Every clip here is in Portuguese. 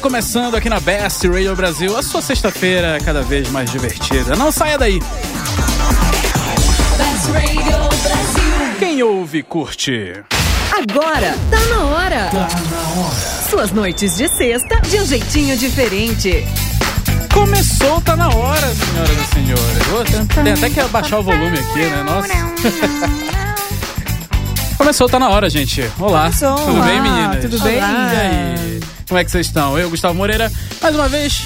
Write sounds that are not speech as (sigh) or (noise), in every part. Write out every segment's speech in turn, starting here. começando aqui Tá na Best Radio Brasil, a sua sexta-feira é cada vez mais divertida. Não saia daí. Best Radio Brasil. Quem ouve, curte. Agora tá na hora. Suas noites de sexta de um jeitinho diferente. Começou, tá na hora, senhoras e senhores. Vou Então, até- Tem até que abaixar o volume aqui, né? Nossa. então. (laughs) Começou, tá na hora, gente. Olá. Começou. Tudo Olá, bem, meninas? tudo bem? E aí? Como é que vocês estão? Eu, Gustavo Moreira, mais uma vez.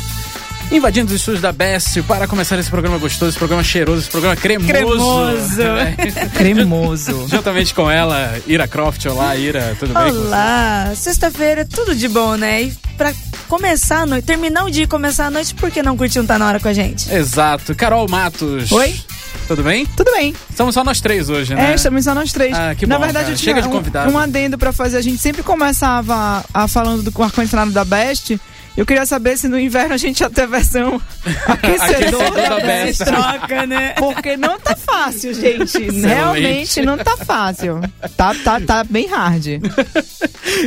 Invadindo os estúdios da Best para começar esse programa gostoso, esse programa cheiroso, esse programa cremoso. Cremoso. (laughs) né? (laughs) Cremoso. (laughs) Juntamente com ela, Ira Croft. Olá, Ira, tudo bem? com você? Olá, sexta-feira, tudo de bom, né? E pra começar a noite, terminar o dia e começar a noite, por que não curtir um Tá Na Hora com a gente? Exato. Carol Matos. Oi. Tudo bem? Tudo bem. Estamos só nós três hoje, né? É, estamos só nós três. Ah, que Na bom, verdade, cara. eu tinha Chega de um- convidado. Ah. Um, adendo pra fazer. A gente sempre começava a, falando do, com o ar-condicionado da Best. Eu queria saber se no inverno a gente ia ter (laughs) versão aquecedor. Aquecedor é da Best. Troca, né? Porque não tá fácil, gente. Realmente. Realmente não tá fácil. Tá, tá, tá bem hard.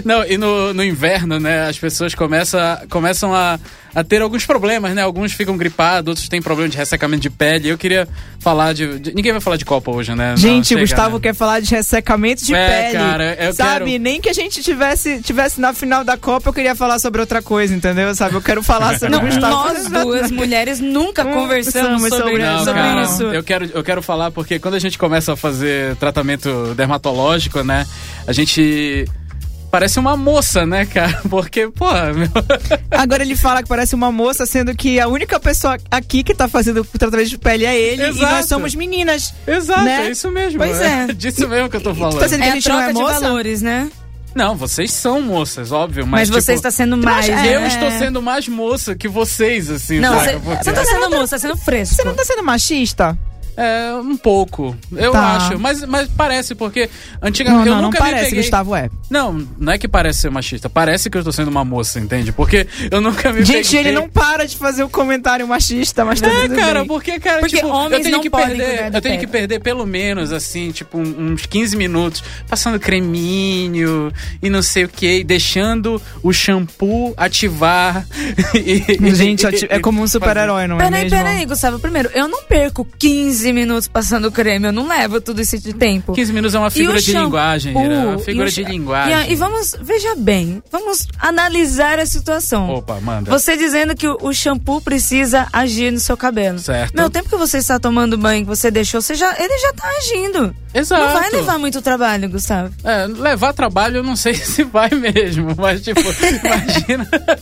Não, e no, no inverno, né, as pessoas começa, começam a, a ter alguns problemas, né? Alguns ficam gripados, outros têm problema de ressecamento de pele. Eu queria falar de. de- ninguém vai falar de Copa hoje, né? Não, Gente, chega, o Gustavo né? quer falar de ressecamento de É, pele. cara, eu sabe, quero- nem que a gente tivesse, tivesse na final da Copa, eu queria falar sobre outra coisa, entendeu? Sabe, eu quero falar (laughs) sobre o Não, Gustavo. (laughs) nós duas mulheres nunca Hum, conversamos somos sobre, sobre- Não, sobre cara, isso. Eu quero, eu quero falar porque quando a gente começa a fazer tratamento dermatológico, né? A gente. Parece uma moça, né, cara? (laughs) Porque, pô, Agora ele fala que parece uma moça, sendo que a única pessoa aqui que tá fazendo o tratamento de pele é ele. E Exato. nós somos meninas. (laughs) Exato, Né? é isso mesmo. Pois é. Disso mesmo que eu tô Tu falando. tá dizendo É que a a gente não troca é de moça? valores, né? Não, vocês são moças, óbvio, mas. Mas, você tipo, está sendo mais. né? É. Eu estou sendo mais moça que vocês, assim, Não, saca? você, Porque- você não tá sendo moça, você tá sendo fresco. Você não tá sendo machista? É, um pouco. Eu Tá. acho. Mas, mas parece, porque Não, antigamente. eu não, não nunca me parece, peguei... Gustavo, é. Não, não é que parece ser machista. Parece que eu estou sendo uma moça, entende? Porque eu nunca me Gente, peguei. ele não para de fazer o comentário machista, mas tá É, tudo cara, bem. porque, cara, Porque tipo, eu homens tenho não que podem perder. cuidar do Eu tenho que pé. perder pelo menos, assim, tipo, um- uns 15 minutos passando creminho e não sei o que, deixando o shampoo ativar. (laughs) e- Gente, e- ati- é como um (laughs) super-herói, não é Peraí, mesmo? peraí, Gustavo. Primeiro, eu não perco 15 minutos passando creme, eu não levo tudo isso de tempo. 15 minutos é uma E o figura de shampoo, Uh, linguagem, Ira. É Uma e figura o de sha- linguagem. E, a- e vamos, veja bem, vamos analisar a situação. Opa, manda. Você dizendo que o o shampoo precisa agir no seu cabelo. Certo. Meu, o tempo que você está tomando banho, que você deixou, você já, ele já tá agindo. Exato. Não vai levar muito trabalho, Gustavo. É, levar trabalho eu não sei (laughs) se vai mesmo, mas tipo, imagina. (laughs)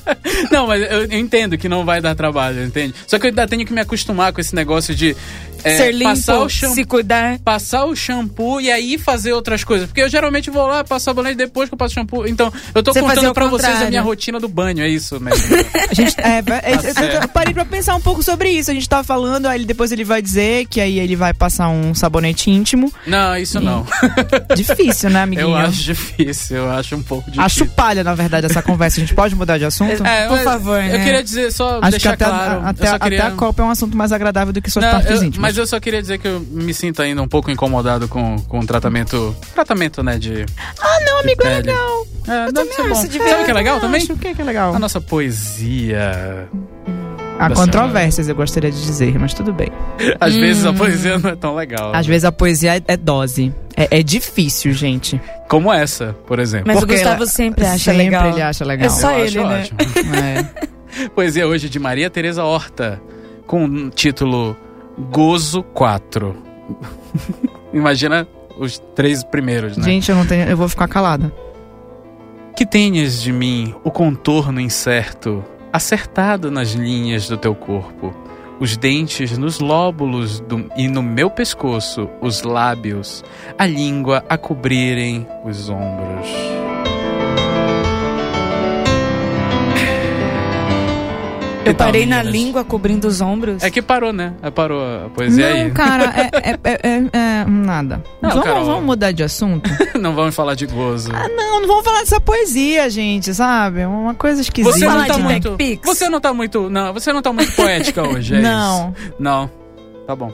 Não, mas eu entendo que não vai dar trabalho, entende? Só que eu ainda tenho que me acostumar com esse negócio de é, Ser limpo, passar o shampoo. se cuidar. Passar o shampoo e aí fazer outras coisas. Porque eu geralmente vou lá passar sabonete depois que eu passo shampoo. Então, eu tô Você fazer contando o pra vocês a contrário. minha rotina do banho, é isso mesmo. A gente, (laughs) é, é, eu- eu, tá- certo. eu parei pra pensar um pouco sobre isso. A gente tá falando, aí ele- depois ele vai dizer que aí ele vai passar um sabonete íntimo. Não, isso não. Difícil, (laughs) né, amiguinho? Eu acho difícil, eu acho um pouco difícil. Acho palha, na verdade, essa conversa. A gente pode mudar de assunto? É, Por mas favor, Eu né? queria dizer só Acho que deixar até, claro. a, até, eu só até queria... a Copa é um assunto mais agradável do que suas Não, partes eu- íntimas. mas eu só queria dizer que eu me sinto ainda um pouco incomodado com, com o tratamento. Tratamento, né? De. Ah, não, amigo, de é pele. legal. É, Eu deve também ser bom. acho, Sabe devia- o que é legal eu também? Ah, acho, O que é que é legal? A nossa poesia. Há da controvérsias, eu gostaria de dizer, mas tudo bem. Às vezes Hum. a poesia não é tão legal. Às vezes a poesia é, é dose. É, é difícil, gente. Como essa, por exemplo. Mas Porque o Gustavo ela- sempre acha Sempre legal. ele acha legal. É só Eu ele, acho (laughs) né? ótimo. É. Poesia hoje de Maria Tereza Horta, com o título Gozo 4. (laughs) Imagina os três primeiros, né? Gente, eu não tenho. Eu vou ficar calada. Que tenhas de mim o contorno incerto, acertado nas linhas do teu corpo, os dentes nos lóbulos do- e no meu pescoço, os lábios, a língua a cobrirem os ombros. Que Eu tal, parei na Então, meninas? língua cobrindo os ombros. É que parou, né? É, Parou a poesia não, aí. cara, é, é- é- é- é- nada. Não, vamos, Carol. vamos mudar de assunto? (laughs) Não vamos falar de gozo. não, não vamos falar dessa poesia, gente, sabe? É Uma coisa esquisita. Você não falar tá de muito. TechPix? Você não tá muito. Não, você não tá muito poética hoje, é isso? Não. Não. Tá bom.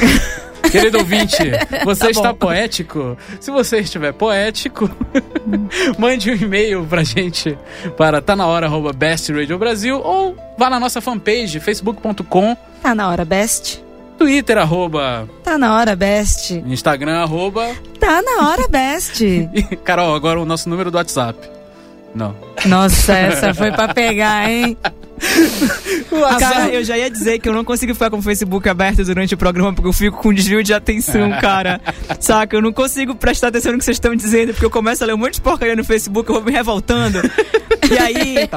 (laughs) Querido ouvinte, você está poético? Se você estiver poético, (laughs) mande um e-mail pra gente para tá na hora arroba Best Radio Brasil ou vá na nossa fanpage facebook.com, Tá na hora, best. twitter arroba, Tá na hora, best. instagram arroba. Tá na (laughs) hora, best. E, Carol, agora o nosso número do WhatsApp. Não. Nossa, essa foi pra pegar, (laughs) hein? Cara, eu já ia dizer que eu não consigo ficar com o Facebook aberto durante o programa porque eu fico com um desvio de atenção, É. cara. Saca? Eu não consigo prestar atenção no que vocês estão dizendo porque eu começo a ler um monte de porcaria no Facebook, eu vou me revoltando. E aí, Tá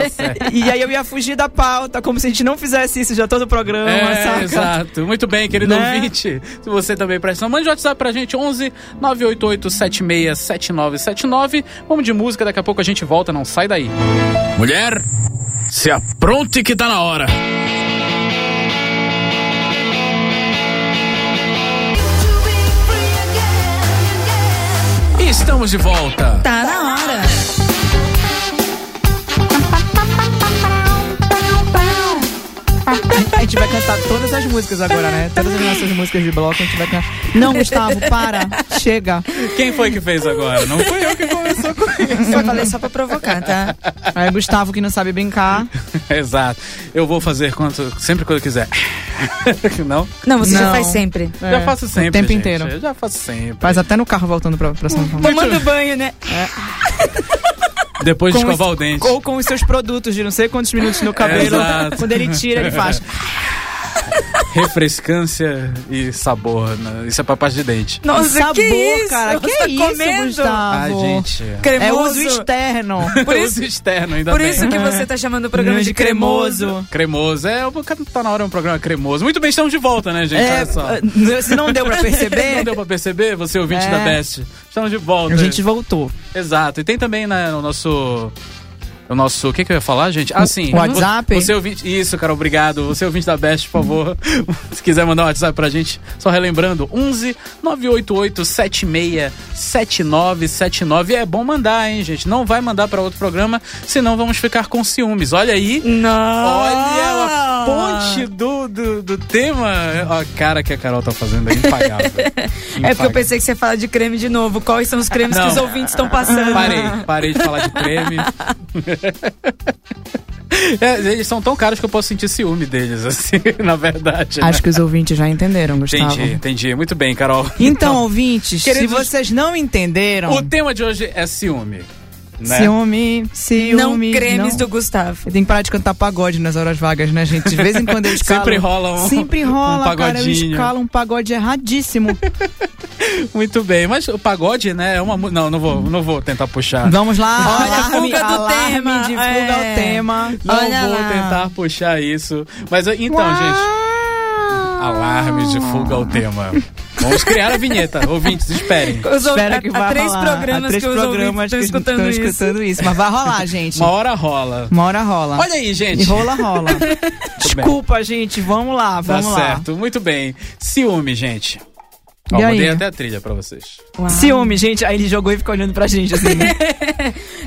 e aí eu ia fugir da pauta, como se a gente não fizesse isso já todo o programa, É, saca? exato. Muito bem, querido Né? ouvinte. Se você também presta, mande o WhatsApp pra gente, 11 988 76 7979. Vamos de música, daqui a pouco a gente volta, não sai daí. Mulher, se apronte que tá na hora. to be free again, again. E estamos de volta. Tá na hora. A gente vai cantar todas as músicas agora, né? Todas as nossas músicas de bloco a gente vai cantar. Não, Gustavo, para. Chega. Quem foi que fez agora? Não fui eu (laughs) que começou com Eu falei só pra provocar, tá? Aí, É, Gustavo, que não sabe brincar. Exato. Eu vou fazer quanto, sempre quando eu quiser. (laughs) não? Não, você já Não. faz sempre. Já É, faço sempre. O tempo gente. inteiro. Eu já faço sempre. Faz até no carro voltando pra, pra São Paulo. Tomando banho, né? Depois de Com escovar os- o dente. Ou com os seus produtos de não sei quantos minutos no cabelo. Exato. Quando ele tira, ele faz. refrescância e sabor. né? Isso é pra parte de dente. (laughs) Nossa, sabor, que isso? cara. Você Que tá isso, comendo? Ai, Gustavo? gente. É Cremoso. uso externo. (laughs) Por Uso isso, externo, ainda por bem. isso que você tá chamando o (laughs) programa Não, de cremoso. Cremoso. É, o Boca- tá na hora é um programa cremoso. Muito bem, estamos de volta, né, gente? É, Olha só. se não deu pra (laughs) Não perceber, deu pra perceber? Você ouvinte É. da Best. Estamos de volta. a gente voltou. Exato. E tem também né, o nosso. O nosso. O que, que eu ia falar, gente? Ah, sim. o WhatsApp? Você ouvinte. Isso, cara, obrigado. Você ouvinte da Best, por favor. (laughs) Se quiser mandar um WhatsApp pra gente, só relembrando: 11 988 76 7979. É bom mandar, hein, gente? Não vai mandar pra outro programa, senão vamos ficar com ciúmes. Olha aí. Não. Ah! Olha a ponte do, do, do tema. Ó, A cara que a Carol tá fazendo é (laughs) impagável. É porque eu Impagável. pensei que você fala de creme de novo. Quais são os cremes Não. que os ouvintes estão passando? Parei, parei de falar de (laughs) creme. É, eles são tão caros que eu posso sentir ciúme deles, assim, (laughs) na verdade. né? Acho que os ouvintes já entenderam, Gustavo. Entendi, entendi. Muito bem, Carol. Então, ouvintes, queridos- se vocês não entenderam, O tema de hoje é ciúme. Né? Então. ciúme, ciúme. Não cremes não. do Gustavo. Eu tenho que parar de cantar pagode nas horas vagas, né, gente? De vez em quando eu escalo. Sempre rola um- Sempre (laughs) um rola, cara. Eu pagodinho. escalo um pagode erradíssimo. Muito bem, mas o pagode, né, é uma... mu- Não, não vou, não vou tentar puxar. Não, Vamos lá. Olha, alarme, fuga do alarme, tema. divulga É. o tema. Olha vou lá. tentar puxar isso. Mas, então, gente... Ah. Alarmes de fuga ao tema. Vamos criar (laughs) a vinheta. Ouvintes, esperem. Os ou- Espero há- que há vá três rolar. programas Há três que os ouvintes programas estão que escutando estão isso. escutando isso. Mas vai rolar, gente. Uma hora rola. Uma hora rola. Olha aí, E gente. rola, rola. Desculpa, gente. Vamos lá, Tá vamos lá. certo, muito bem. Ciúme, gente. Ó, E aí? mandei até a trilha pra vocês. Uau. Ciúme, gente. Aí ele jogou e ficou olhando pra gente assim.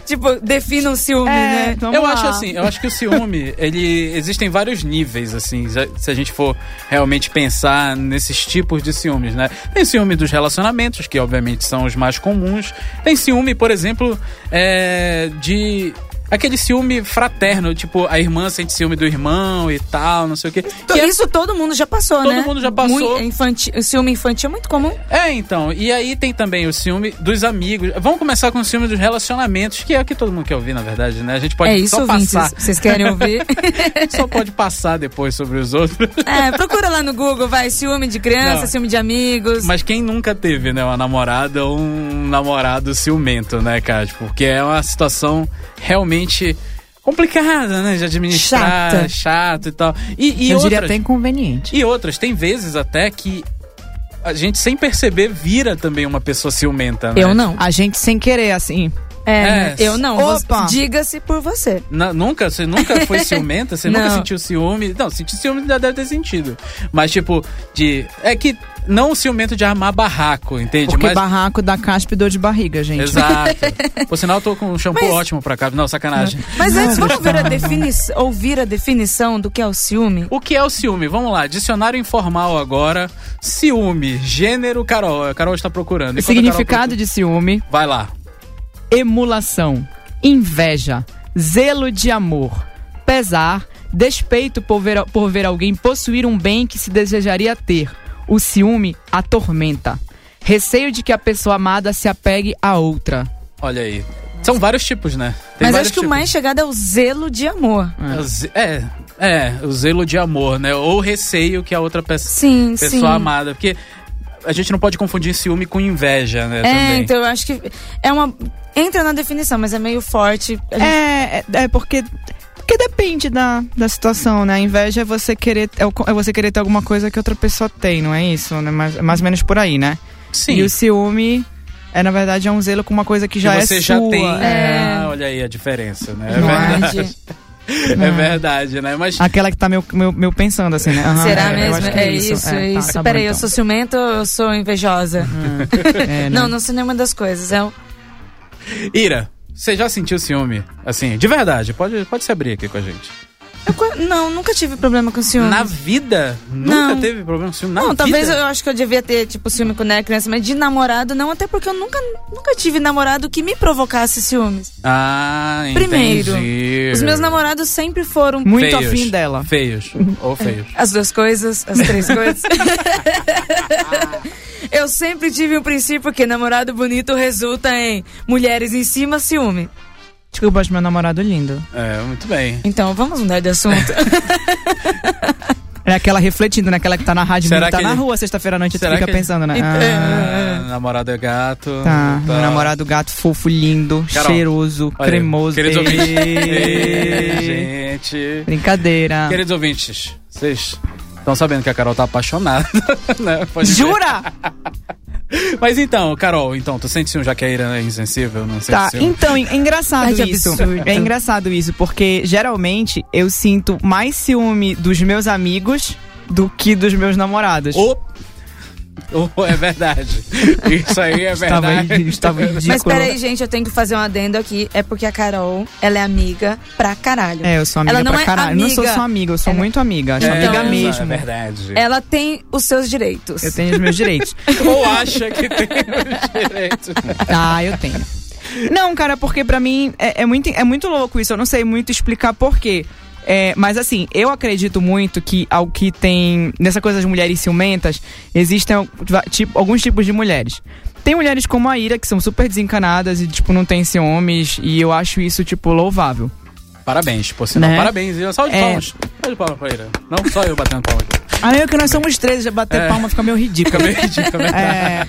Tipo, defina o ciúme, né? Então, vamos eu lá. acho assim, eu acho que o ciúme, ele existem vários níveis assim, já- se a gente for realmente pensar nesses tipos de ciúmes, né? Tem ciúme dos relacionamentos, que obviamente são os mais comuns. Tem ciúme, por exemplo, é, de aquele ciúme fraterno, tipo a irmã sente ciúme do irmão e tal, não sei o quê. To- Que é- Isso todo mundo já passou, Todo né? mundo já passou. Muito infantil, o ciúme infantil é muito comum. É, então. E aí tem também o ciúme dos amigos. Vamos começar com o ciúme dos relacionamentos, que é o que todo mundo quer ouvir, na verdade, né? A gente pode é isso, só ouvintes. passar. Vocês querem (laughs) ouvir? A gente só pode passar depois sobre os outros. é, procura lá no Google, vai. Ciúme de criança, Não. ciúme de amigos. Mas quem nunca teve, né, uma namorada ou um namorado ciumento, né, cara? Tipo, Porque é uma situação realmente complicada, né? De administrar, Chata. chato e tal. E, e eu diria outras, até inconveniente. E outras, tem vezes até que a gente, sem perceber, vira também uma pessoa ciumenta, né? Eu não. A gente sem querer, assim. É, É. eu não. você- Opa! Diga-se por você. Na- nunca, você nunca foi ciumenta? Você nunca Não. sentiu ciúme? Não, sentir ciúme já deve ter sentido. Mas, tipo, de. É que não o ciumento de armar barraco, entende? Porque Mas. barraco dá caspa e dor de barriga, gente. (laughs) Exato. Por sinal, eu tô com um shampoo Mas- ótimo pra cá. Não, sacanagem. Mas antes, vamos ver a defini- ouvir a definição do que é o ciúme? O que é o ciúme? Vamos lá, dicionário informal agora. Ciúme, gênero Carol. A Carol está procurando. Enquanto a Carol Significado de ciúme, procura- Vai lá. emulação, inveja, zelo de amor, pesar, despeito por ver, por ver alguém possuir um bem que se desejaria ter. O ciúme atormenta. Receio de que a pessoa amada se apegue a outra. Olha aí. São vários tipos, né? Tem Mas vários acho que o tipos. mais chegado é o zelo de amor. É, o ze- É, é, o zelo de amor, né? Ou o receio que a outra pessoa. Sim, pessoa sim. amada. Porque a gente não pode confundir ciúme com inveja, né? É, também. então eu acho que é uma. Entra na definição, mas é meio forte. A gente- É, é- é porque. Porque depende da, da situação, né? A inveja é você querer é o co- é você querer ter alguma coisa que outra pessoa tem, não é isso? Né? Mais, mais ou menos por aí, né? Sim. E o ciúme é, na verdade, é um zelo com uma coisa que já que é você sua. já tem. É. Ah, olha aí a diferença, né? É Não é? verdade. (laughs) É verdade, né? Mas Aquela que tá meio, meio, meio pensando, assim, né? Aham, Será eu mesmo? acho que É, isso, é tá, isso. tá bom, Peraí, eu então. sou ciumento ou eu sou invejosa? É, né? Não, não sou nenhuma das coisas. É um- Ira, você já sentiu ciúme? Assim, de verdade, pode, pode se abrir aqui com a gente. eu co- não, nunca tive problema com ciúme. Na vida, nunca Não. teve problema com ciúme? Na não, vida? talvez eu acho que eu devia ter, tipo, ciúme quando era criança, mas de namorado não, até porque eu nunca, nunca tive namorado que me provocasse ciúmes. Ah, entendi. Primeiro, Uhum. Os meus namorados sempre foram Muito Feios. afim dela. Feios. Ou feios. As duas coisas, as (laughs) três coisas. Eu sempre tive um princípio que namorado bonito resulta em mulheres em cima, ciúme. Desculpa, acho meu namorado lindo. É, muito bem. Então, vamos mudar de assunto. É aquela refletindo, né? Aquela que tá na rádio, Será tá que na ele- rua sexta-feira à noite, tu Será fica que ele- pensando, né? Ah, Ah, namorado é gato. tá. Meu namorado gato fofo, lindo, Carol, cheiroso, Olha, cremoso. Queridos ouvintes. Ei, Ei, gente. (laughs) Brincadeira. Queridos ouvintes, vocês estão sabendo que a Carol tá apaixonada, (laughs) né? Pode crer. Jura? Mas então, Carol, então, tu sente ciúme já que a Ira é insensível? Não sente um- Tá, ciúme? então, é engraçado Ai, que isso. absurdo. É engraçado isso, porque geralmente eu sinto mais ciúme dos meus amigos do que dos meus namorados. Ou... Ou é verdade. Isso aí é Estava, verdade. (laughs) ri- estava ridículo. Mas peraí, gente, eu tenho que fazer um adendo aqui. É porque a Carol, ela é amiga pra caralho. É, eu sou amiga Ela não pra é caralho. Eu Não sou amiga. só amiga, eu sou Ela- então, muito amiga. Sou É, amiga é mesmo. verdade. É. Ela tem os seus direitos. Eu tenho os meus direitos. Ou acha que tem os direitos. Ah, eu tenho. Não, cara, porque pra mim é, é muito, é muito louco isso. Eu não sei muito explicar por quê. É, mas assim, eu acredito muito que ao que tem. Nessa coisa das mulheres ciumentas, existem al- va- tipo, alguns tipos de mulheres. Tem mulheres como a Ira, que são super desencanadas e, tipo, não tem ciúmes. E eu acho isso, tipo, louvável. Parabéns, por sinal. Né? Parabéns. Ira. Salve de É. palmas. Salve de palmas pra Ira. Não só eu batendo palmas. Ah, é que nós somos três, já bater É. palma fica meio ridículo. Fica meio ridículo, é verdade.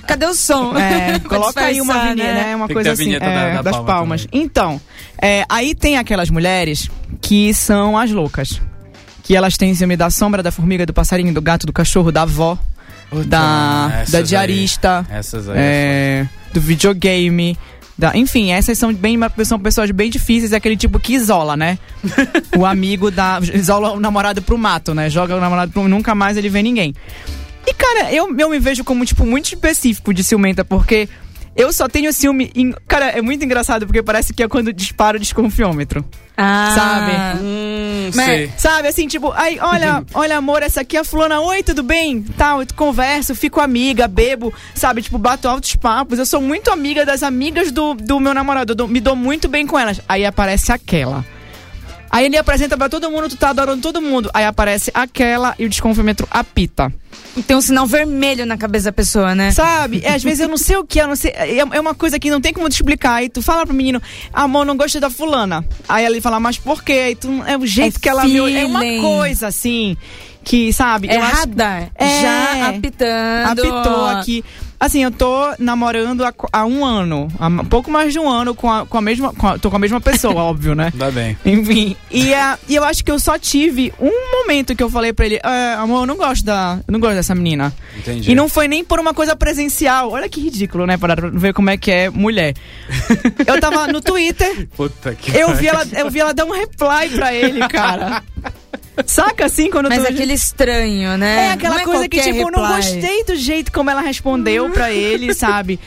É, Cadê o som? (laughs) É, coloca aí uma disfarçar, vinheta, né? Uma Tem que ter coisa a assim, vinheta é, da- da das palma palmas. Então, é, aí tem aquelas mulheres que são as loucas. Que elas têm ciúme da sombra, da formiga, do passarinho, do gato, do cachorro, da avó, da, Ah, (laughs) essas da aí. diarista, Essas aí. é, do videogame. Da, enfim, essas são bem são pessoas bem difíceis, é aquele tipo que isola, né? o amigo da. Isola o namorado pro mato, né? Joga o namorado pro. Nunca mais ele vê ninguém. E, cara, eu, eu me vejo como, tipo, muito específico de ciumenta, porque eu só tenho ciúme. Em... Cara, é muito engraçado, porque parece que é quando dispara o desconfiômetro. Ah, Sabe? Hum, Mas- sei. Sabe, assim, tipo, ai, olha, olha, amor, essa aqui é a fulana, oi, tudo bem? Tal, eu converso, fico amiga, bebo, sabe, tipo, bato altos papos. Eu sou muito amiga das amigas do, do meu namorado, eu dou- me dou muito bem com elas. Aí aparece aquela. Aí ele apresenta pra todo mundo, tu tá adorando todo mundo. Aí aparece aquela e o desconfiômetro apita. Tem um sinal vermelho na cabeça da pessoa, né? Sabe? É, às vezes eu não sei o que, eu não sei. É é uma coisa que não tem como te explicar. Aí tu fala pro menino, amor, não gosto da fulana. Aí ele fala, mas por quê? Aí tu, é o jeito É que ela me olha. É feeling. uma coisa assim, que, sabe? É eu acho- radar. É. Já apitando. apitou ó. aqui. Assim, eu tô namorando há, qu- há um ano, há ma- pouco mais de um ano com a, com a mesma. com a- tô com a mesma pessoa, (laughs) óbvio, né? Ainda bem. Enfim, e, ah, e eu acho que eu só tive um momento que eu falei pra ele, "Ah, amor, eu não gosto da, eu não gosto dessa menina. Entendi. E não foi nem por uma coisa presencial. Olha que ridículo, né? Para ver como é que é mulher. Eu tava no Twitter, Puta que eu pariu. vi ela, eu vi ela dar um reply pra ele, cara. Saca assim quando Mas tu... aquele estranho, né? É aquela Não é coisa que, qualquer tipo, eu não reply. gostei do jeito como ela respondeu pra ele, sabe?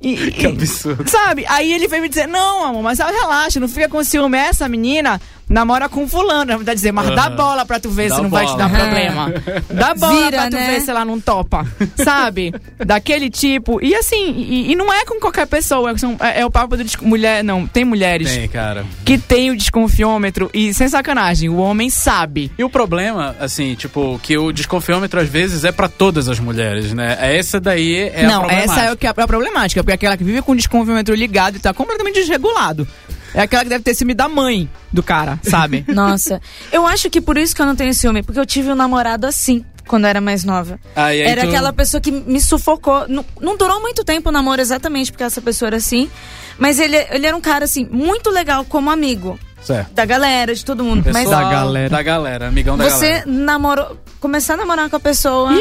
E- e- Que absurdo. Sabe? Aí ele veio me dizer, não, amor, mas ah, relaxa, não fica com ciúme. Essa menina namora com fulano. Eu vou dizer, mas dá Aham. bola pra tu ver Dá se não vai te bola. dar Aham. (laughs) problema. Dá bola Vira, pra tu né? ver se ela não topa. Sabe? Daquele tipo. E assim, e, e não é com qualquer pessoa. É, são- é- é o papo do... desco- Mulher, não, tem mulheres Tem, cara. que tem o desconfiômetro. E, sem sacanagem, o homem sabe. E o problema, assim, tipo, que o desconfiômetro às vezes é pra todas as mulheres, né? Essa daí é a não, problemática. essa é o que é a problemática, porque aquela que vive com o desconfiômetro ligado e tá completamente desregulado. É aquela que deve ter ciúme da mãe do cara, (laughs) sabe? Nossa, eu acho que por isso que eu não tenho ciúme, porque eu tive um namorado assim quando eu era mais nova. Ah, e aí era tu- aquela pessoa que me sufocou. Não, não durou muito tempo o namoro exatamente porque essa pessoa era assim, mas ele, ele era um cara assim muito legal como amigo Certo. da galera, de todo mundo, mas Pessoal Da galera. Da galera, amigão da você galera. namorou, começar a namorar com a pessoa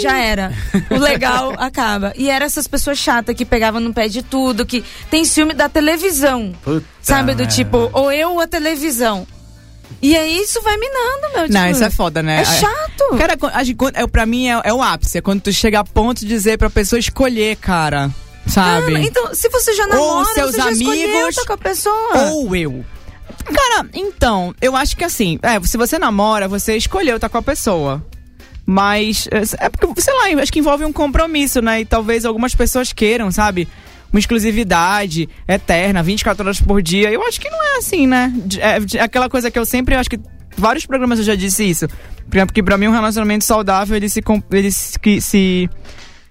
já era. (laughs) O legal acaba. E era essas pessoas chatas que pegavam no pé de tudo, que tem ciúme da televisão. Puta Sabe, do merda. tipo, ou eu ou a televisão. E aí isso vai minando, meu. Não, tipo, isso é foda, né? É chato. Cara, co- acho que quando- é, pra mim é, é o ápice. É quando tu chega a ponto de dizer pra pessoa escolher, cara. Sabe? Ah, então, se você já Ou namora, seus você já escolheu, amigos, tá com a pessoa. Ou eu. Cara, então, eu acho que assim, é, se você namora, você escolheu estar com a pessoa. Mas, é é porque, sei lá, eu acho que envolve um compromisso, né? E talvez algumas pessoas queiram, sabe? Uma exclusividade eterna, 24 horas por dia. Eu acho que não é assim, né? De- É, de- é aquela coisa que eu sempre acho que. Vários programas eu já disse isso. Por exemplo, que pra mim um relacionamento saudável, ele se. com- Ele se- que se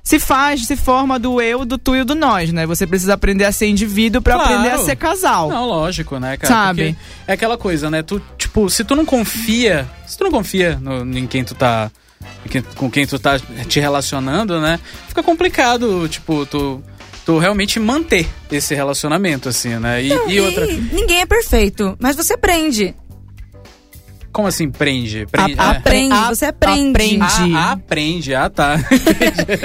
se faz, se forma do eu, do tu e do nós, né? Você precisa aprender a ser indivíduo pra Claro. aprender a ser casal. Não, lógico, né, cara? Sabe? Porque É aquela coisa, né? Tu, tipo, se tu não confia, se tu não confia no- em quem tu tá. em quem- com quem tu tá te relacionando, né? Fica complicado, tipo, tu. Tu realmente manter esse relacionamento, assim, né? E, e outra. ninguém é perfeito, mas você (laughs) aprende. Como assim, prende? Prende. A- é. Aprende, A- você aprende. aprende. Ah, aprende. Ah, tá.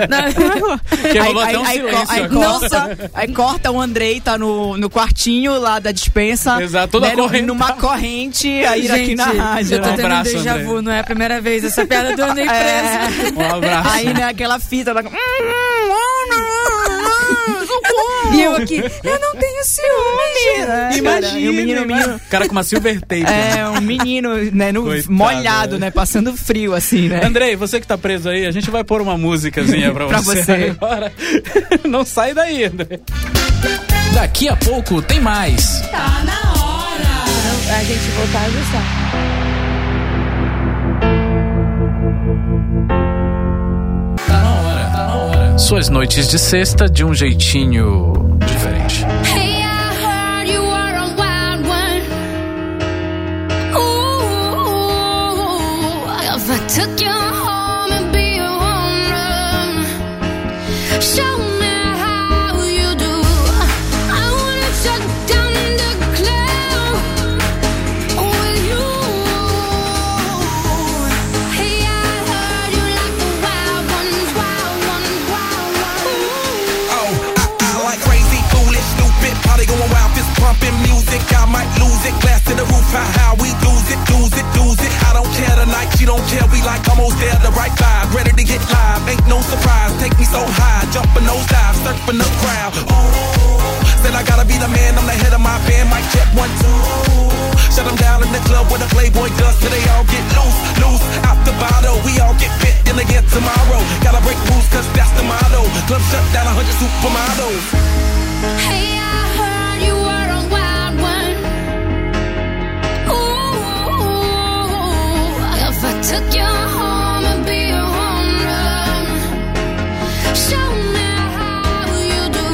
Não, Porque rolou até um silêncio aí, agora. corta, aí corta o Andrei, tá no, no quartinho lá da dispensa. Exato, toda né, no- corrente. Numa corrente aí aqui na rádio. eu tô né? É. Um tendo abraço, déjà André. vu, não é a primeira vez essa piada (laughs) do André Preso. Um abraço. Aí, né, aquela fita "Hum", lá. E eu aqui, eu não tenho ciúme. gente. Imagina. o menino, o menino. O cara com uma silver tape. né? É, um menino, né, no, Coitado, molhado, é. né, passando frio, assim, né? Andrei, você que tá preso aí, a gente vai pôr uma músicazinha pra, Pra você, você. agora. (laughs) Não sai daí, Andrei. Daqui a pouco tem mais. A gente voltar a ajustar. Tá Suas noites de sexta de um jeitinho diferente. Hey, I heard you were a wild one. Ooh, if I took you home and be a woman, show me how you do. I wanna shut down the cloud with you. Hey, I heard you like the wild ones, wild ones, wild ones. Oh, I, I like crazy, foolish, stupid. Party going wild, fist pumping music. I might lose it. Glass to the roof, how, how we lose it, lose it, lose it. I don't care tonight, she don't care. We like almost there, the right vibe. Ready to get live, ain't no surprise. Take me so high, jumping those dives, surfing the crowd. Oh, said I gotta be the man, I'm the head of my band. Mic check one, two. Shut 'em down in the club where the Playboy does till they all get loose, loose out the bottle. We all get fit in again tomorrow. Gotta break rules 'cause that's the motto. Club shut down, a hundred supermodels. Hey, I heard you were a wild one. Ooh, if I took you home and be a home run, show me how you do.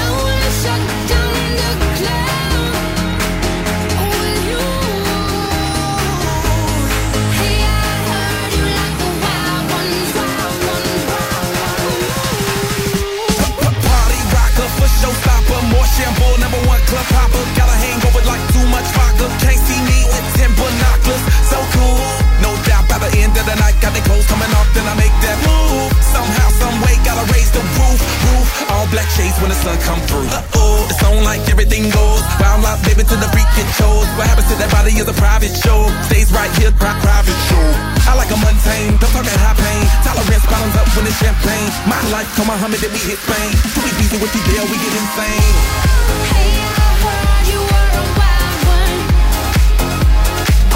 I wanna shut down the cloud with you. Hey, I heard you like the wild ones, wild ones, wild ones. like shades when the sun come through. Uh-oh, it's on like everything goes. Wild out, baby, to the freak it shows. What happens to that body is a private show. Stays right here, pri- private show. I like a mundane, don't talk that high pain. Tolerance bottoms up when it's champagne. My life, come on, Muhammad, then we hit Spain. Too easy with the deal, we get insane. Hey, I heard you were a wild one.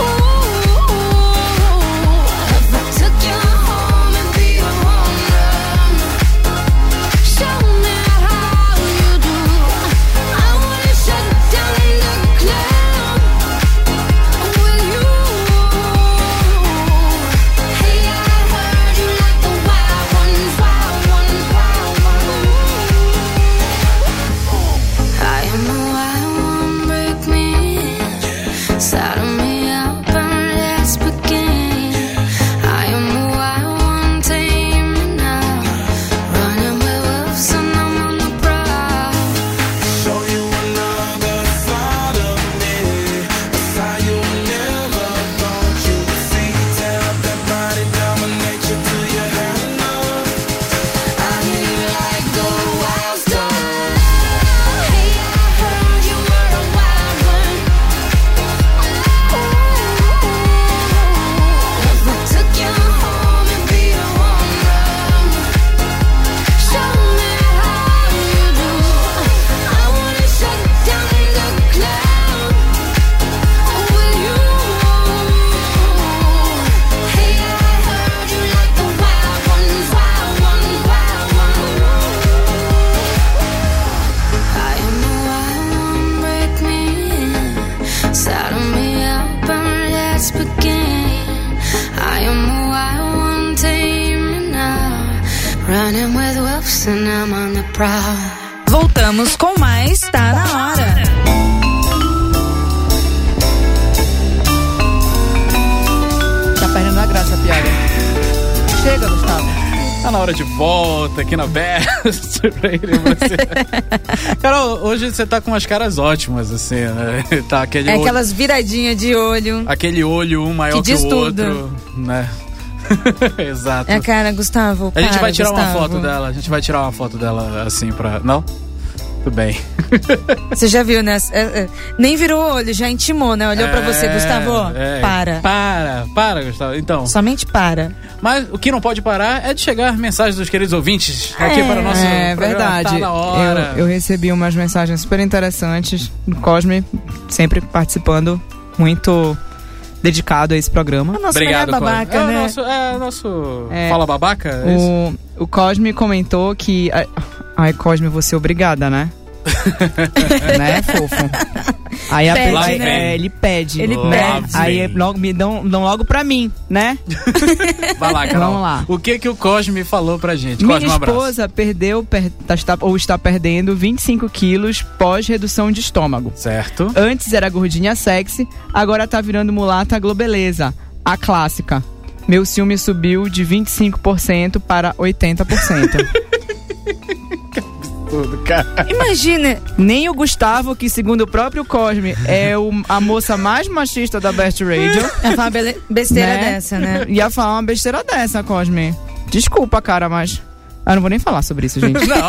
Ooh, if I took you home and be a home run, show me how you do. I wanna shut down the club with you. Hey, I heard you like the wild ones, wild ones, wild ones. I am a wild one, break me Saddle me up and let's begin I am a wild one, tame me now Running with wolves and I'm on the prowl Show you another side of me. A side you never thought you would see. Tear up that body, dominate you till you have enough. I need you like the wild star. Hey, I heard you were a wild one If I took you home and be a home run Show me how you do I wanna shut down the cloud with you Hey, I heard you like the wild ones, wild one, wild one I am the wild one, break me in. Saddle me up and let's begin. I am the wild one, tame me now. Running with wolves and I'm on the prowl. Voltamos com mais Tá Na Hora. Tá perdendo a graça, piada. Chega, Gustavo. Tá na hora de volta aqui na Best (laughs) Radio você. Carol, hoje você tá com umas caras ótimas, assim, né? Tá aquele, É olho, aquelas viradinhas de olho. aquele olho um maior Que que, diz o tudo. outro, né? (laughs) Exato. É a cara, Gustavo. A gente para, vai tirar uma Gustavo. foto dela, a gente vai tirar uma foto dela assim pra. Não? Tudo bem. Você já viu, né? É, é, Nem virou o olho, já intimou, né? Olhou pra você, É, Gustavo. ó, é. Para. Para, para, Gustavo. Então, Somente para. mas o que não pode parar é de chegar mensagens dos queridos ouvintes aqui É, para o nosso. É programa. verdade. Tá na hora. Eu, eu recebi umas mensagens super interessantes do Cosme, sempre participando, muito dedicado a esse programa. O nosso Obrigado, melhor Cosme. babaca, é, né? o nosso, é o nosso. É. Fala babaca? é isso? O, o Cosme comentou que. ai- Ai, Cosme, você é obrigada, (laughs) né? né, fofo? Aí a Pede, pessoa- né? é, ele pede. Ele né? pede. Aí logo, me dão, dão logo pra mim, né? Vai (laughs) lá, Carol. Vamos lá. O que que o Cosme falou pra gente? Minha Cosme, um abraço. esposa perdeu per- tá- está- ou está perdendo 25 quilos pós redução de estômago. Certo. Antes era gordinha sexy, agora tá virando mulata globeleza. A clássica. Meu ciúme subiu de 25% para 80%. Tudo, cara. Imagina, Nem o Gustavo, que segundo o próprio Cosme, é o- a moça mais machista da Best Radio. é uma bele- besteira Né? dessa, né? Ia falar uma besteira dessa, Cosme. Desculpa, cara, mas. Eu não vou nem falar sobre isso, gente. (laughs) (laughs) Não.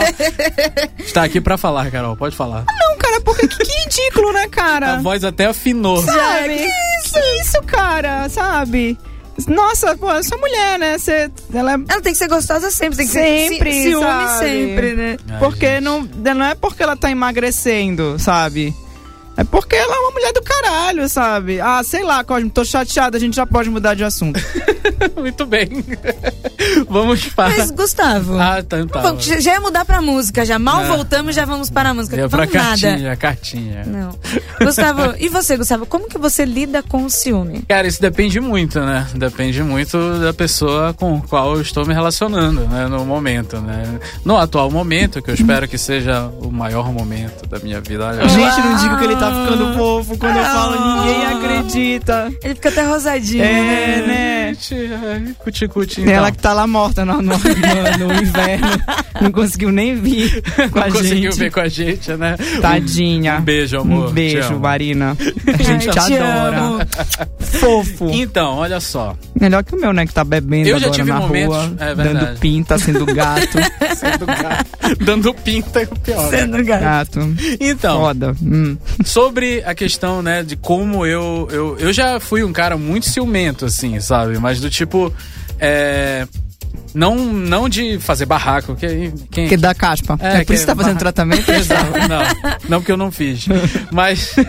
Está aqui pra falar, Carol. Pode falar. Não, cara, porque que, que ridículo, né, A Tá cara? voz até afinou. Sabe? Que isso, isso, cara, sabe? Nossa, pô, eu sou mulher, né? Você, ela é Ela tem que ser gostosa sempre, tem que Sempre, ser ci- ciúme sabe? sempre, né? Ai, Porque gente. não, não é porque ela tá emagrecendo, sabe? É porque ela é uma mulher do caralho, sabe? Ah, sei lá, Cosme, tô chateada, a gente já pode mudar de assunto. (laughs) Muito bem. (laughs) Vamos para. Mas, Gustavo. Ah, tá, tá. vamos- já- já ia mudar pra música, já É. mal Não. voltamos, já vamos para a música. Eu pra vamos nada. cartinha, cartinha. Não. Gustavo, e você, Gustavo, como que você lida com o ciúme? Cara, isso depende muito, né? Depende muito da pessoa com a qual eu estou me relacionando, né? No momento, né? No atual momento, que eu espero que seja o maior momento da minha vida. Olha, gente, não digo que ele tá Ah. ficando fofo quando eu falo, ninguém acredita. Ele fica até rosadinho. É, né? gente, ai, cuti-cuti, então. Ela que tá lá morta no, no- no- no inverno, não conseguiu nem vir tá com a não conseguiu gente. ver com a gente, né? Tadinha. Um beijo, amor. Um Te beijo, (laughs) amo. Marina. A gente Ai, te adora. amo. Fofo. Então, olha só. Melhor que o meu, né? Que tá bebendo Eu já agora tive na momentos- rua, é verdade. dando pinta, sendo (laughs) gato. Sendo gato. (laughs) Dando pinta é o pior. né? Sendo gato. gato. Então, Foda. Hum. sobre a questão, né, de como eu, eu. Eu já fui um cara muito ciumento, assim, sabe? Mas do tipo. É. Não, não de fazer barraco, que aí. Quem, Que dá caspa. É, É, por isso que que tá fazendo barra- (laughs) tratamento? Exato. Não, não porque eu não fiz. Mas. (laughs)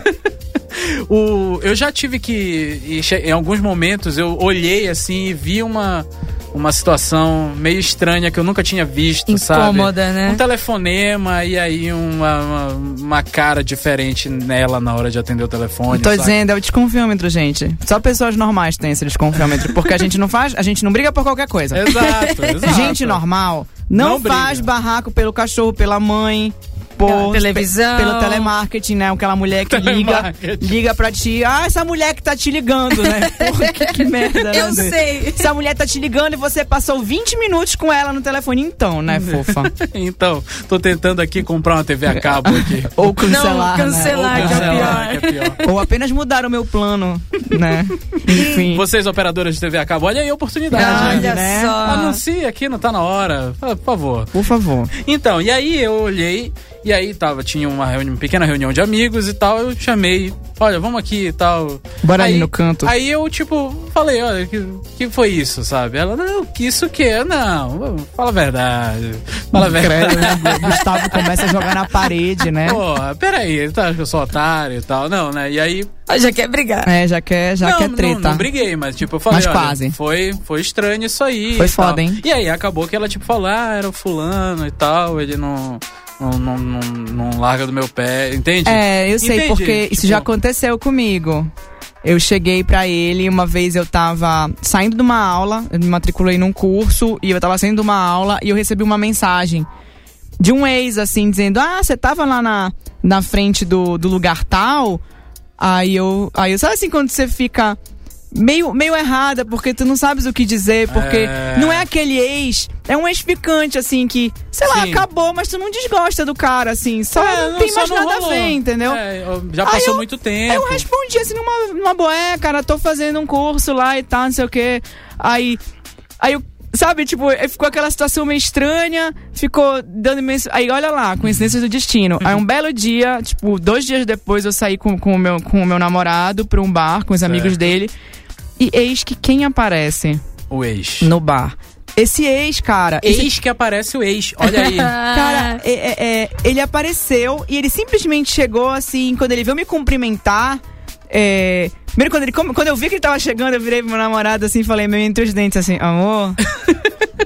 o, eu já tive que. e che- Em alguns momentos eu olhei assim e vi uma, uma situação meio estranha que eu nunca tinha visto, sabe? Incômoda, né? Um telefonema e aí uma, uma, uma cara diferente nela na hora de atender o telefone. Tô sabe? dizendo, é o desconfiômetro, gente. Só pessoas normais têm esse desconfiômetro. Porque a gente não faz, a gente não briga por qualquer coisa. Exato, É, (laughs) exato. Gente normal não, Não faz briga. barraco pelo cachorro, pela mãe, por Pela televisão. pelo telemarketing, né? Aquela mulher que liga, Telemarketing. liga pra ti. Ah, essa mulher que tá te ligando, (laughs) né? Porra, que, que merda. né, Eu Zé? sei. Essa mulher tá te ligando e você passou 20 minutos com ela no telefone, então, (laughs) né, fofa? Então, tô tentando aqui comprar uma TV a cabo (laughs) aqui. Ou cancelar. Não, né? Ou cancelar, que é o Cancelar, pior. que é pior. Ou apenas mudar o meu plano, né? Enfim. Vocês, operadoras de TV a cabo, olha aí a oportunidade. né? Olha né? só. Anuncie aqui, não tá na hora. Ah, Por favor. Por favor. Então, e aí eu olhei, e aí tava, tinha uma, reuni- uma pequena reunião de amigos e tal, eu chamei, olha, vamos aqui e tal. Bora aí, ali no canto. Aí eu, tipo, falei, olha, que, que foi isso, sabe? Ela, não, que isso que é? Não, fala a verdade. Fala a Credo, verdade. né? Gustavo começa a jogar na parede, né? Porra, peraí, tá, acha que eu sou otário e tal. Não, né? E aí Ah, Já quer brigar. É, já quer, já não, quer treta. Não, não briguei, mas tipo, eu falei, Mas olha, quase. foi, foi estranho isso aí. Foi e tal. foda, hein? E aí acabou que ela tipo falou, ah, era o fulano e tal, ele não não, não, não, não larga do meu pé, entende? É, eu sei, Entendi, porque isso tipo- já aconteceu comigo. Eu cheguei pra ele, uma vez eu tava saindo de uma aula, eu me matriculei num curso, e eu tava saindo de uma aula e eu recebi uma mensagem de um ex, assim, dizendo: Ah, você tava lá na, na frente do, do lugar tal. Aí eu, aí eu. Sabe assim, quando você fica meio, meio errada, porque tu não sabes o que dizer, porque É. não é aquele ex, é um ex-ficante, assim, que, sei lá, Sim. acabou, mas tu não desgosta do cara, assim, só É, não tem só mais não nada rolou. a ver, entendeu? É, eu- já Aí passou eu- muito tempo. Eu respondi assim numa, numa boé, cara, tô fazendo um curso lá e tal, não sei o quê. Aí. Aí eu. Sabe, tipo, aí ficou aquela situação meio estranha, ficou dando imenso. Aí olha lá, coincidências do destino. Aí Uhum. um belo dia, tipo, dois dias depois eu saí com, com, o, meu, com o meu namorado pra um bar, com os amigos Certo. dele. E eis que quem aparece O ex. no bar? Esse ex, cara. esse Ex que aparece o ex, olha aí. (laughs) Cara, é- é- é, ele apareceu e ele simplesmente chegou assim, quando ele veio me cumprimentar. é, primeiro, quando, ele, come- quando eu vi que ele tava chegando, eu virei pro meu namorado assim e falei, meio entre os dentes, assim, amor,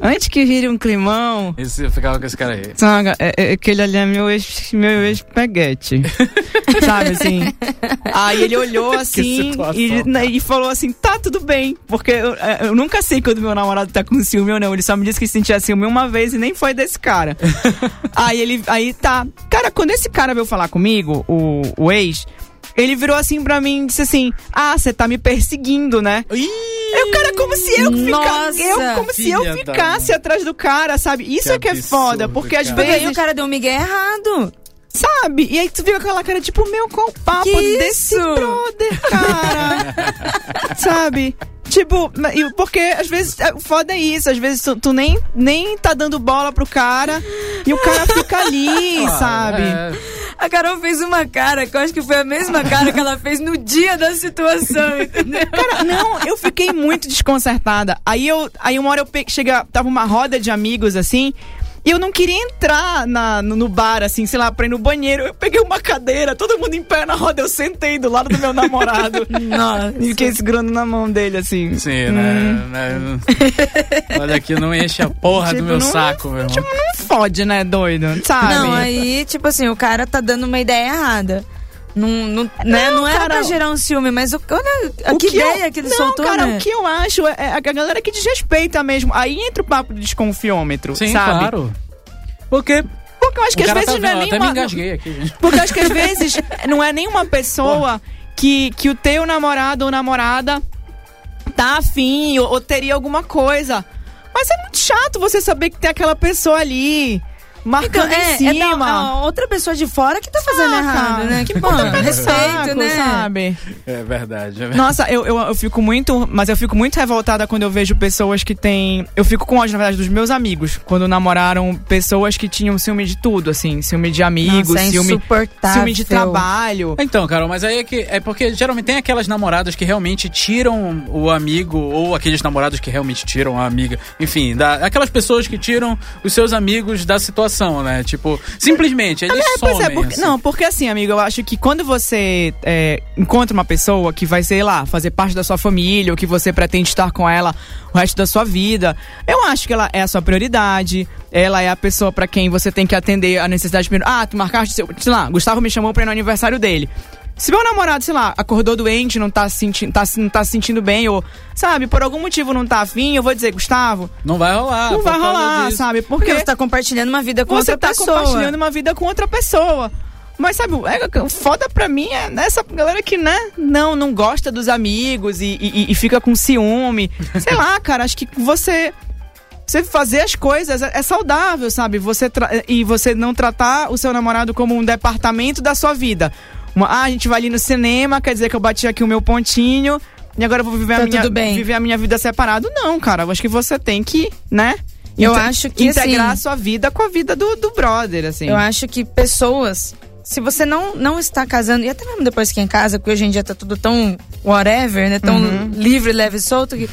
antes que vire um climão, Esse, eu ficava com esse cara aí. Saga, é, é, aquele ali é meu ex, meu ex peguete. Sabe assim? Aí ele olhou assim situação, e, né, e falou assim: tá tudo bem. Porque eu, é, eu nunca sei quando meu namorado tá com ciúme ou não. Ele só me disse que sentia ciúme uma vez e nem foi desse cara. aí ele, aí tá. Cara, quando esse cara veio falar comigo, o, o ex, ele virou assim pra mim e disse assim: ah, você tá me perseguindo, né? Ih, Eu, cara, como se eu Nossa, ficasse. Eu, como se eu filha da ficasse mãe. atrás do cara, sabe? Isso Que é que é absurdo, foda, porque às cara. Porque aí vezes. o cara deu um migué errado. Sabe? E aí tu viu aquela cara, tipo, meu, qual o papo Que desse isso? brother, (laughs) cara? sabe? Tipo, na- e porque às vezes é, o foda é isso, às vezes tu, tu nem, nem tá dando bola pro cara e o cara fica ali, sabe? é. A Carol fez uma cara que eu acho que foi a mesma cara que ela fez no dia da situação, entendeu? Cara, não, eu fiquei muito desconcertada. Aí eu, aí uma hora eu pe- chega, tava uma roda de amigos assim, e eu não queria entrar na, no, no bar assim, sei lá, pra ir no banheiro. Eu peguei uma cadeira, todo mundo em pé na roda, eu sentei do lado do meu namorado. (laughs) Nossa. E fiquei segurando na mão dele, assim. Sim, né, (laughs) né? Olha aqui, não enche a porra do Tipo, meu não- saco, meu irmão. Tipo, não fode, né, doido? Sabe? Não, aí, tipo assim, o cara tá dando uma ideia errada. Não, não, né? não, era cara, pra gerar um ciúme, mas o, olha a O que, eu- ideia que ele não, soltou, cara, né? o que eu acho é é a galera que desrespeita mesmo. Aí entra o papo do desconfiômetro, Sim, sabe? claro. Porque Porque eu acho que o às cara vezes tá não é vendo, nem até me uma- engasguei aqui, gente. Porque acho que às vezes não é nenhuma pessoa que, que o teu namorado ou namorada tá afim ou, ou teria alguma coisa. Mas é muito chato você saber que tem aquela pessoa ali. Então, marcando é, em cima. é da, a outra pessoa de fora que tá fazendo Ah, errado, cara, né? Que puta bom, que respeito, É saco, né? sabe? É verdade. é verdade. Nossa, eu, eu, eu fico muito. Mas eu fico muito revoltada quando eu vejo pessoas que têm. Eu fico com ódio, na verdade, dos meus amigos. Quando namoraram pessoas que tinham ciúme de tudo, assim. Ciúme de amigos, Nossa, é ciúme, insuportável. ciúme de trabalho. Então, Carol, mas aí é que. É porque geralmente tem aquelas namoradas que realmente tiram o amigo, ou aqueles namorados que realmente tiram a amiga. Enfim, da, aquelas pessoas que tiram os seus amigos da situação, né? Tipo, simplesmente, eles É, somem. pois é, porque, assim. não, porque assim, amigo, eu acho que quando você é, encontra uma pessoa que vai, sei lá, fazer parte da sua família, ou que você pretende estar com ela o resto da sua vida, eu acho que ela é a sua prioridade, ela é a pessoa pra quem você tem que atender a necessidade primeiro. Ah, tu marcaste seu. Sei lá, Gustavo me chamou pra ir no aniversário dele. Se meu namorado, sei lá, acordou doente, não tá, se senti tá, se- não tá se sentindo bem, ou, sabe, por algum motivo não tá afim, eu vou dizer, Gustavo, Não vai rolar. não Ah, por vai causa rolar, disso. sabe? Porque, Porque você tá compartilhando uma vida com você outra tá pessoa. compartilhando uma vida com outra pessoa. Mas sabe, é- o foda pra mim é essa galera que, né, não, não gosta dos amigos e, e- e fica com (laughs) ciúme. Sei lá, cara, acho que você. Você fazer as coisas é é saudável, sabe? Você tra- e você não tratar o seu namorado como um departamento da sua vida. Uma, ah, a gente vai ali no cinema, quer dizer que eu bati aqui o meu pontinho e agora eu vou viver, Tá a, minha, tudo bem. viver a minha vida separado. Não, cara, eu acho que você tem que, né? Eu inte- acho que, integrar assim, a sua vida com a vida do, do brother, assim. Eu acho que pessoas, se você não, não está casando, e até mesmo depois que é em casa, porque hoje em dia tá tudo tão whatever, né? Tão Uhum. livre, leve e solto, que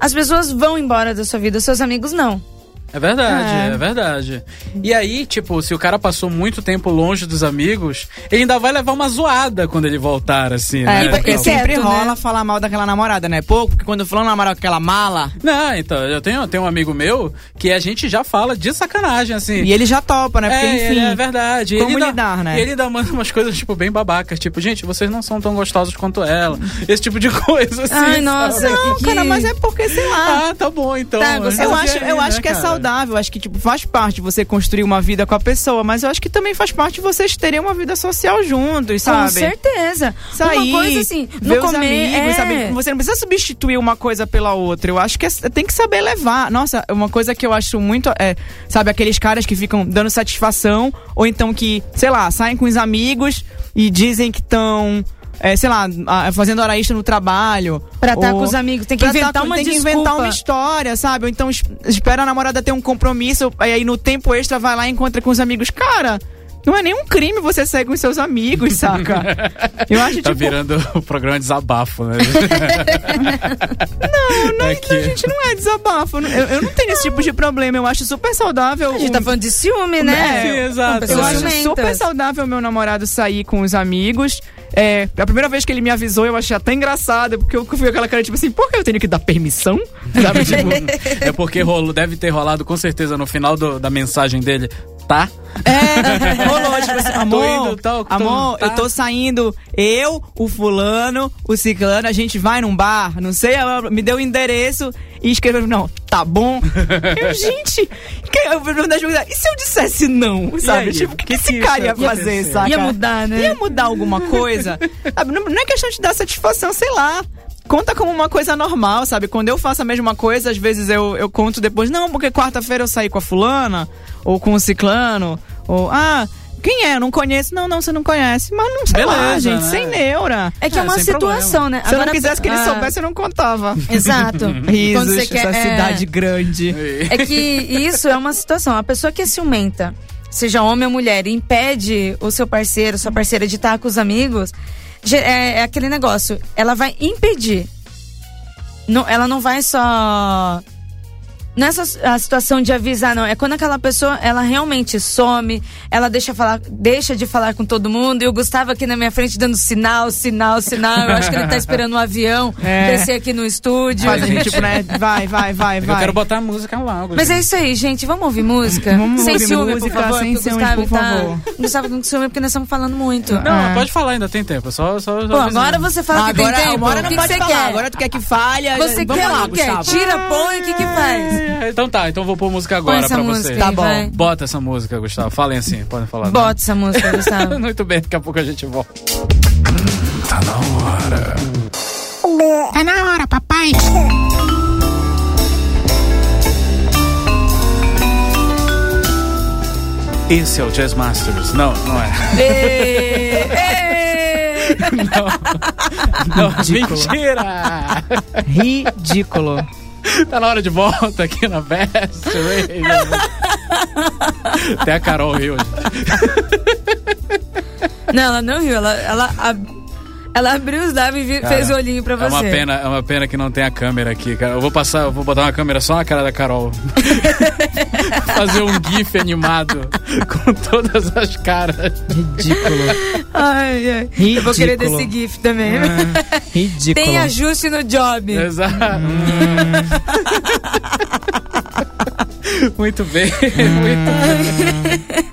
as pessoas vão embora da sua vida, os seus amigos não. É verdade, é. verdade. E aí, tipo, se o cara passou muito tempo longe dos amigos, ele ainda vai levar uma zoada quando ele voltar, assim, né? e vai- Porque Então- quieto, sempre né? rola falar mal daquela namorada, né? Pouco, porque quando fulano namorou com aquela mala, Não, então, eu tenho, eu tenho um amigo meu que a gente já fala de sacanagem, assim. e ele já topa, né? Porque, É, enfim. é verdade. como ele dá- lidar, né? E ele ainda manda umas coisas, tipo, bem babacas. Tipo, gente, vocês não são tão gostosos quanto ela. Esse tipo de (laughs) coisa, assim. Ai, sabe? nossa, Não, que- cara, mas é porque, sei lá. Ah, tá bom, então. Tá, você- Eu Mas acho, e aí, eu acho né, que é cara? saudável, acho que tipo faz parte você construir uma vida com a pessoa, mas eu acho que também faz parte vocês terem uma vida social juntos, sabe? Com certeza. Sair, uma coisa assim, ver no os comer, amigos, é... sabe? Você não precisa substituir uma coisa pela outra. Eu acho que é- tem que saber levar. Nossa, uma coisa que eu acho muito é, sabe, aqueles caras que ficam dando satisfação, ou então que, sei lá, saem com os amigos e dizem que estão. sei lá, ah, fazendo hora extra no trabalho. Pra tá ou- com os amigos, tem que pra tá inventar com- uma tem que desculpa. inventar uma história, sabe? Ou então es- espera a namorada ter um compromisso, e aí no tempo extra vai lá e encontra com os amigos. Cara, não é nenhum crime você sair com seus amigos, (laughs) saca? Eu acho, Tá tipo, virando (laughs) o programa desabafo, né? não, não, Não, gente, não é desabafo. Eu, eu não tenho esse tipo de problema. Eu acho super saudável. um A gente tá falando de ciúme, né? É, sim, exato. Com eu pessoas acho ciumentas. super saudável meu namorado sair com os amigos. É, a primeira vez que ele me avisou, eu achei até engraçado, porque eu fui aquela cara tipo assim, por que eu tenho que dar (laughs) permissão? Sabe, tipo, É porque rolo, deve ter rolado com certeza no final do- da mensagem dele. Tá? É, rolou, tipo (laughs) assim, amor, indo, tal, tô- amor, tá. eu tô saindo, eu, o fulano, o ciclano, a gente vai num bar, não sei, ela me deu o endereço e escreveu, não, tá (laughs) bom. Eu, gente, que, eu, na verdade, eu, e se eu dissesse não, sabe? aí? Tipo, o que, que Que esse que cara isso ia ia fazer, acontecer? saca? Ia mudar, né? Ia mudar alguma (laughs) coisa. Sabe, não, não é questão de dar satisfação, sei lá. Conta como uma coisa normal, sabe? Quando eu faço a mesma coisa, às vezes eu, eu conto depois, não, porque quarta-feira eu saí com a fulana, ou com o ciclano, ou, ah, quem é? Eu não conheço. Não, não, você não conhece. Mas não sei lá, Beleza, gente, né? sem neura. É que é, É, uma sem situação, né? Ah, Se eu não quisesse que ele ah, soubesse, eu não contava. Exato. (laughs) (laughs) Quando Risos, você quer, essa é, cidade grande. É que isso é uma situação. A pessoa que é ciumenta, seja homem ou mulher, e impede o seu parceiro, sua parceira de estar com os amigos, ge- é, é aquele negócio. Ela vai impedir. Não, ela não vai só. Não é só a situação de avisar, não. É quando aquela pessoa, ela realmente some, ela deixa, falar, deixa de falar com todo mundo. E o Gustavo aqui na minha frente dando sinal, sinal, sinal. Eu acho que ele tá esperando um avião É. descer aqui no estúdio. Faz a gente, tipo, né? Vai, vai, vai, É Eu vai. quero botar a música lá. Mas é isso aí, gente. Vamos ouvir música? Vamos sem ouvir ciúme, música, por favor. sem porque o ciúme, Gustavo por tá... favor. O Gustavo tá com ciúme porque nós estamos falando muito. Não, Ah. pode falar, ainda tem tempo. é Só, só, só Pô, avisando. agora você fala Ah, que tem tempo. né? agora não o que que pode você falar. quer? Agora tu quer que falha. Você Vamos quer lá, ou não quer? Gustavo. Tira, põe, o que que É, faz? Então tá, então vou pôr música Põe agora essa pra música você. aí, Tá bom. vai. Bota essa música, Gustavo. Falem assim, podem falar. Bota essa música, (laughs) Gustavo. (laughs) Muito bem, daqui a pouco a gente volta. Tá na hora, papai. Esse é o Jazz Masters. Não, não é. Ê, ê. Não, Ridículo. (laughs) (laughs) mentira! Ridículo. Tá na hora de volta aqui na Best Radio. Até a Carol riu. Não, ela não riu. Ela, ela, ab- ela abriu os lábios e vi- fez o olhinho pra É uma você. pena, é uma pena que não tem a câmera aqui, cara. Eu vou passar, eu vou botar uma câmera só na cara da Carol. (laughs) Fazer um gif animado com todas as caras. Ridículo. Ai, ai. Eu vou Ridículo. querer desse GIF também. Ah, ridículo. Tem ajuste no job. Exato. (laughs) muito bem, muito bem.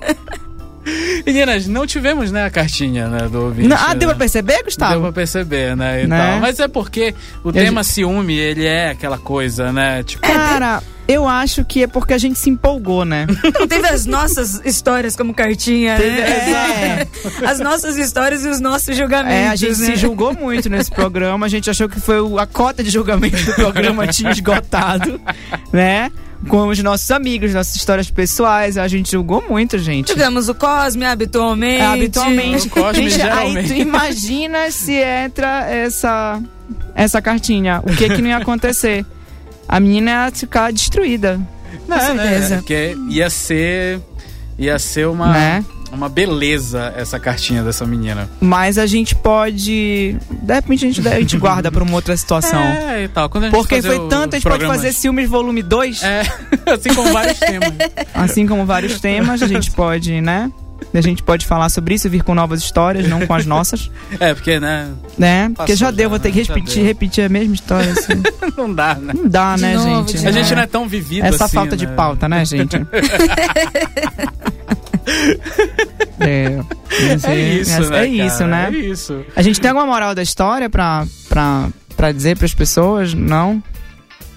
Meninas, não tivemos, né, a cartinha né, do ouvinte. Não, ah, deu pra né? perceber, Gustavo? Deu pra perceber, né? e Né? tal. Mas é porque o a tema ciúme, ele é aquela coisa, né? Tipo, Cara, eu acho que é porque a gente se empolgou, (laughs) né? Não teve as nossas histórias como cartinha, né? As nossas histórias e os nossos julgamentos. É, a gente né? se julgou muito nesse programa, a gente achou que foi o- a cota de julgamento do (laughs) programa tinha esgotado, né? Com os nossos amigos, nossas histórias pessoais, a gente julgou muito, gente. Julgamos o Cosme habitualmente. É, habitualmente. O Cosme, Gente, aí geralmente. tu imagina se entra essa, essa cartinha. O que que não ia acontecer? A menina ia ficar destruída, É, né, certeza. né? Porque ia ser. Ia ser uma, né? uma beleza essa cartinha dessa menina. Mas a gente pode... De repente a gente, a gente guarda pra uma outra situação. É, e tal. Quando a gente Porque fazer foi o- tanto, a gente pode programas- fazer Ciúmes Volume 2, É, (laughs) assim como vários temas. (laughs) assim como vários temas, a gente pode, né? A gente pode falar sobre isso, vir com novas histórias, não com as nossas, É, porque, né? né? Porque já Passou deu, já, vou ter né? que Já repetir, deu. repetir a mesma história, (laughs) assim. Não dá, né? Não dá, De né, novo, gente? de A gente não é tão vivido Essa assim, falta de né? pauta, né, (laughs) gente? é, mas É isso, né? É isso, cara? né? É isso. A gente tem alguma moral da história pra, pra, pra dizer pras pessoas? Não?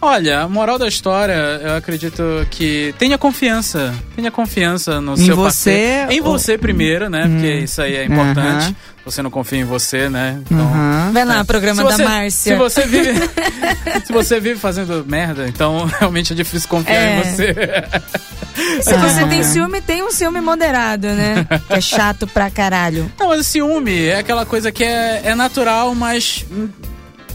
Olha, a moral da história, eu acredito que tenha confiança. Tenha confiança no Em seu você parceiro. Em ou- Uhum. você primeiro, né? Porque isso aí é importante. Aham. Você não confia em você, né? Então. Aham. Vai lá, programa Se você- da Márcia. Se você vive. se você vive fazendo merda, então (laughs) realmente é difícil confiar É. em você. Se você tem Ah. ciúme, tem um ciúme moderado, (laughs) né? Que é chato pra caralho. Não, mas o ciúme é aquela coisa que é, é natural, mas. hum,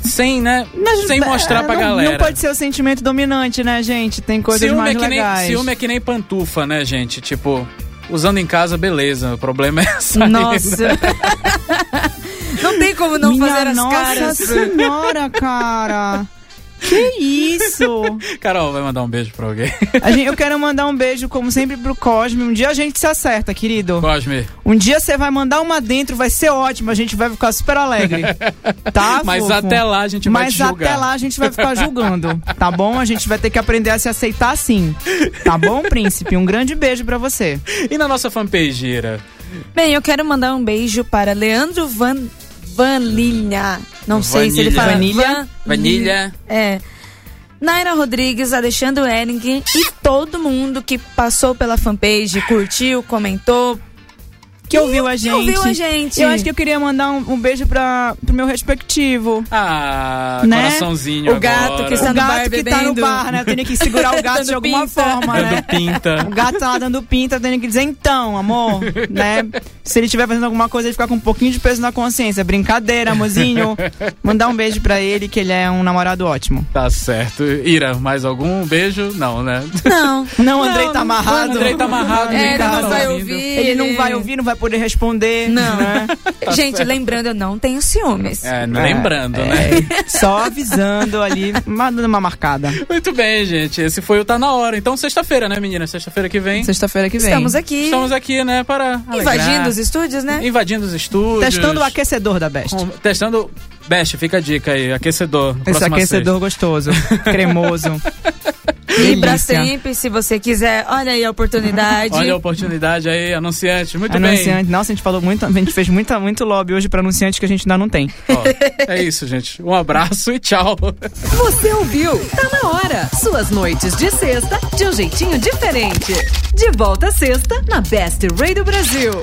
Sem, né? sem mostrar É, pra não, galera. Não pode ser o sentimento dominante, né, gente? Tem coisas ciúme mais é que legais. Nem, ciúme é que nem pantufa, né, gente? Tipo, usando em casa, beleza. O problema é sair, né? Nossa. (laughs) Não tem como não Minha fazer as nossa caras. senhora, cara. Que isso? (laughs) Carol, vai mandar um beijo pra alguém. (laughs) A gente- eu quero mandar um beijo, como sempre, pro Cosme. Um dia a gente se acerta, querido. Cosme. Um dia você vai mandar uma dentro, vai ser ótimo. A gente vai ficar super alegre. Tá? Mas fofo? até lá a gente vai te Mas julgar. até lá a gente vai ficar julgando, tá bom? A gente vai ter que aprender a se aceitar assim. Tá bom, príncipe? Um grande beijo pra você. E na nossa fanpage, Ira? Bem, eu quero mandar um beijo para Leandro Van... Vanilha. Não sei se ele fala... Vanilha. Vanilha. É. Naira Rodrigues, Alexandre Wering e todo mundo que passou pela fanpage, curtiu, comentou, Que ouviu a que gente. ouviu a gente. Eu acho (laughs) que eu queria mandar um, um beijo pra, pro meu respectivo. Ah, Né? coraçãozinho O gato agora. que está- Tá o no gato bar que tá no bebendo. bar, né? Eu tenho que segurar o gato de Dando alguma pinta. forma, Dando né? pinta. O gato tá lá dando pinta, eu tenho que dizer então, amor, né? Se ele estiver fazendo alguma coisa, ele ficar com um pouquinho de peso na consciência. Brincadeira, amorzinho. Mandar um beijo pra ele, que ele é um namorado ótimo. Tá certo. Ira, mais algum beijo? (laughs) Não, né? Não. Não, Andrei tá O amarrado. Andrei tá amarrado. É, nem ele tá Carol. não vai ouvindo. ouvir. Ele não vai ouvir, não vai poder responder. Não. né? gente, lembrando, eu não tenho ciúmes. É, lembrando, né? é. Só avisando ali, mandando uma marcada. (laughs) Muito bem, gente. Esse foi o Tá Na Hora. Então, sexta-feira, né, menina? Sexta-feira que vem. Sexta-feira que vem. Estamos aqui, Estamos aqui, né, para alegrar. invadindo os estúdios, né? Invadindo os estúdios. Testando o aquecedor da Best. Com- Testando. Best, fica a dica aí. Aquecedor. Esse próxima aquecedor (laughs) gostoso, cremoso. E pra Delícia. sempre, se você quiser, olha aí a sexta. oportunidade. Olha a oportunidade aí, anunciante. Muito bem. Anunciante. Nossa, a gente falou muito, a gente fez muita, muito lobby hoje pra anunciante que a gente ainda não tem. Ó, é isso, gente. Um abraço (laughs) e tchau. Você ouviu? Tá na hora. Suas noites de sexta de um jeitinho diferente. De volta sexta na Best Radio Brasil.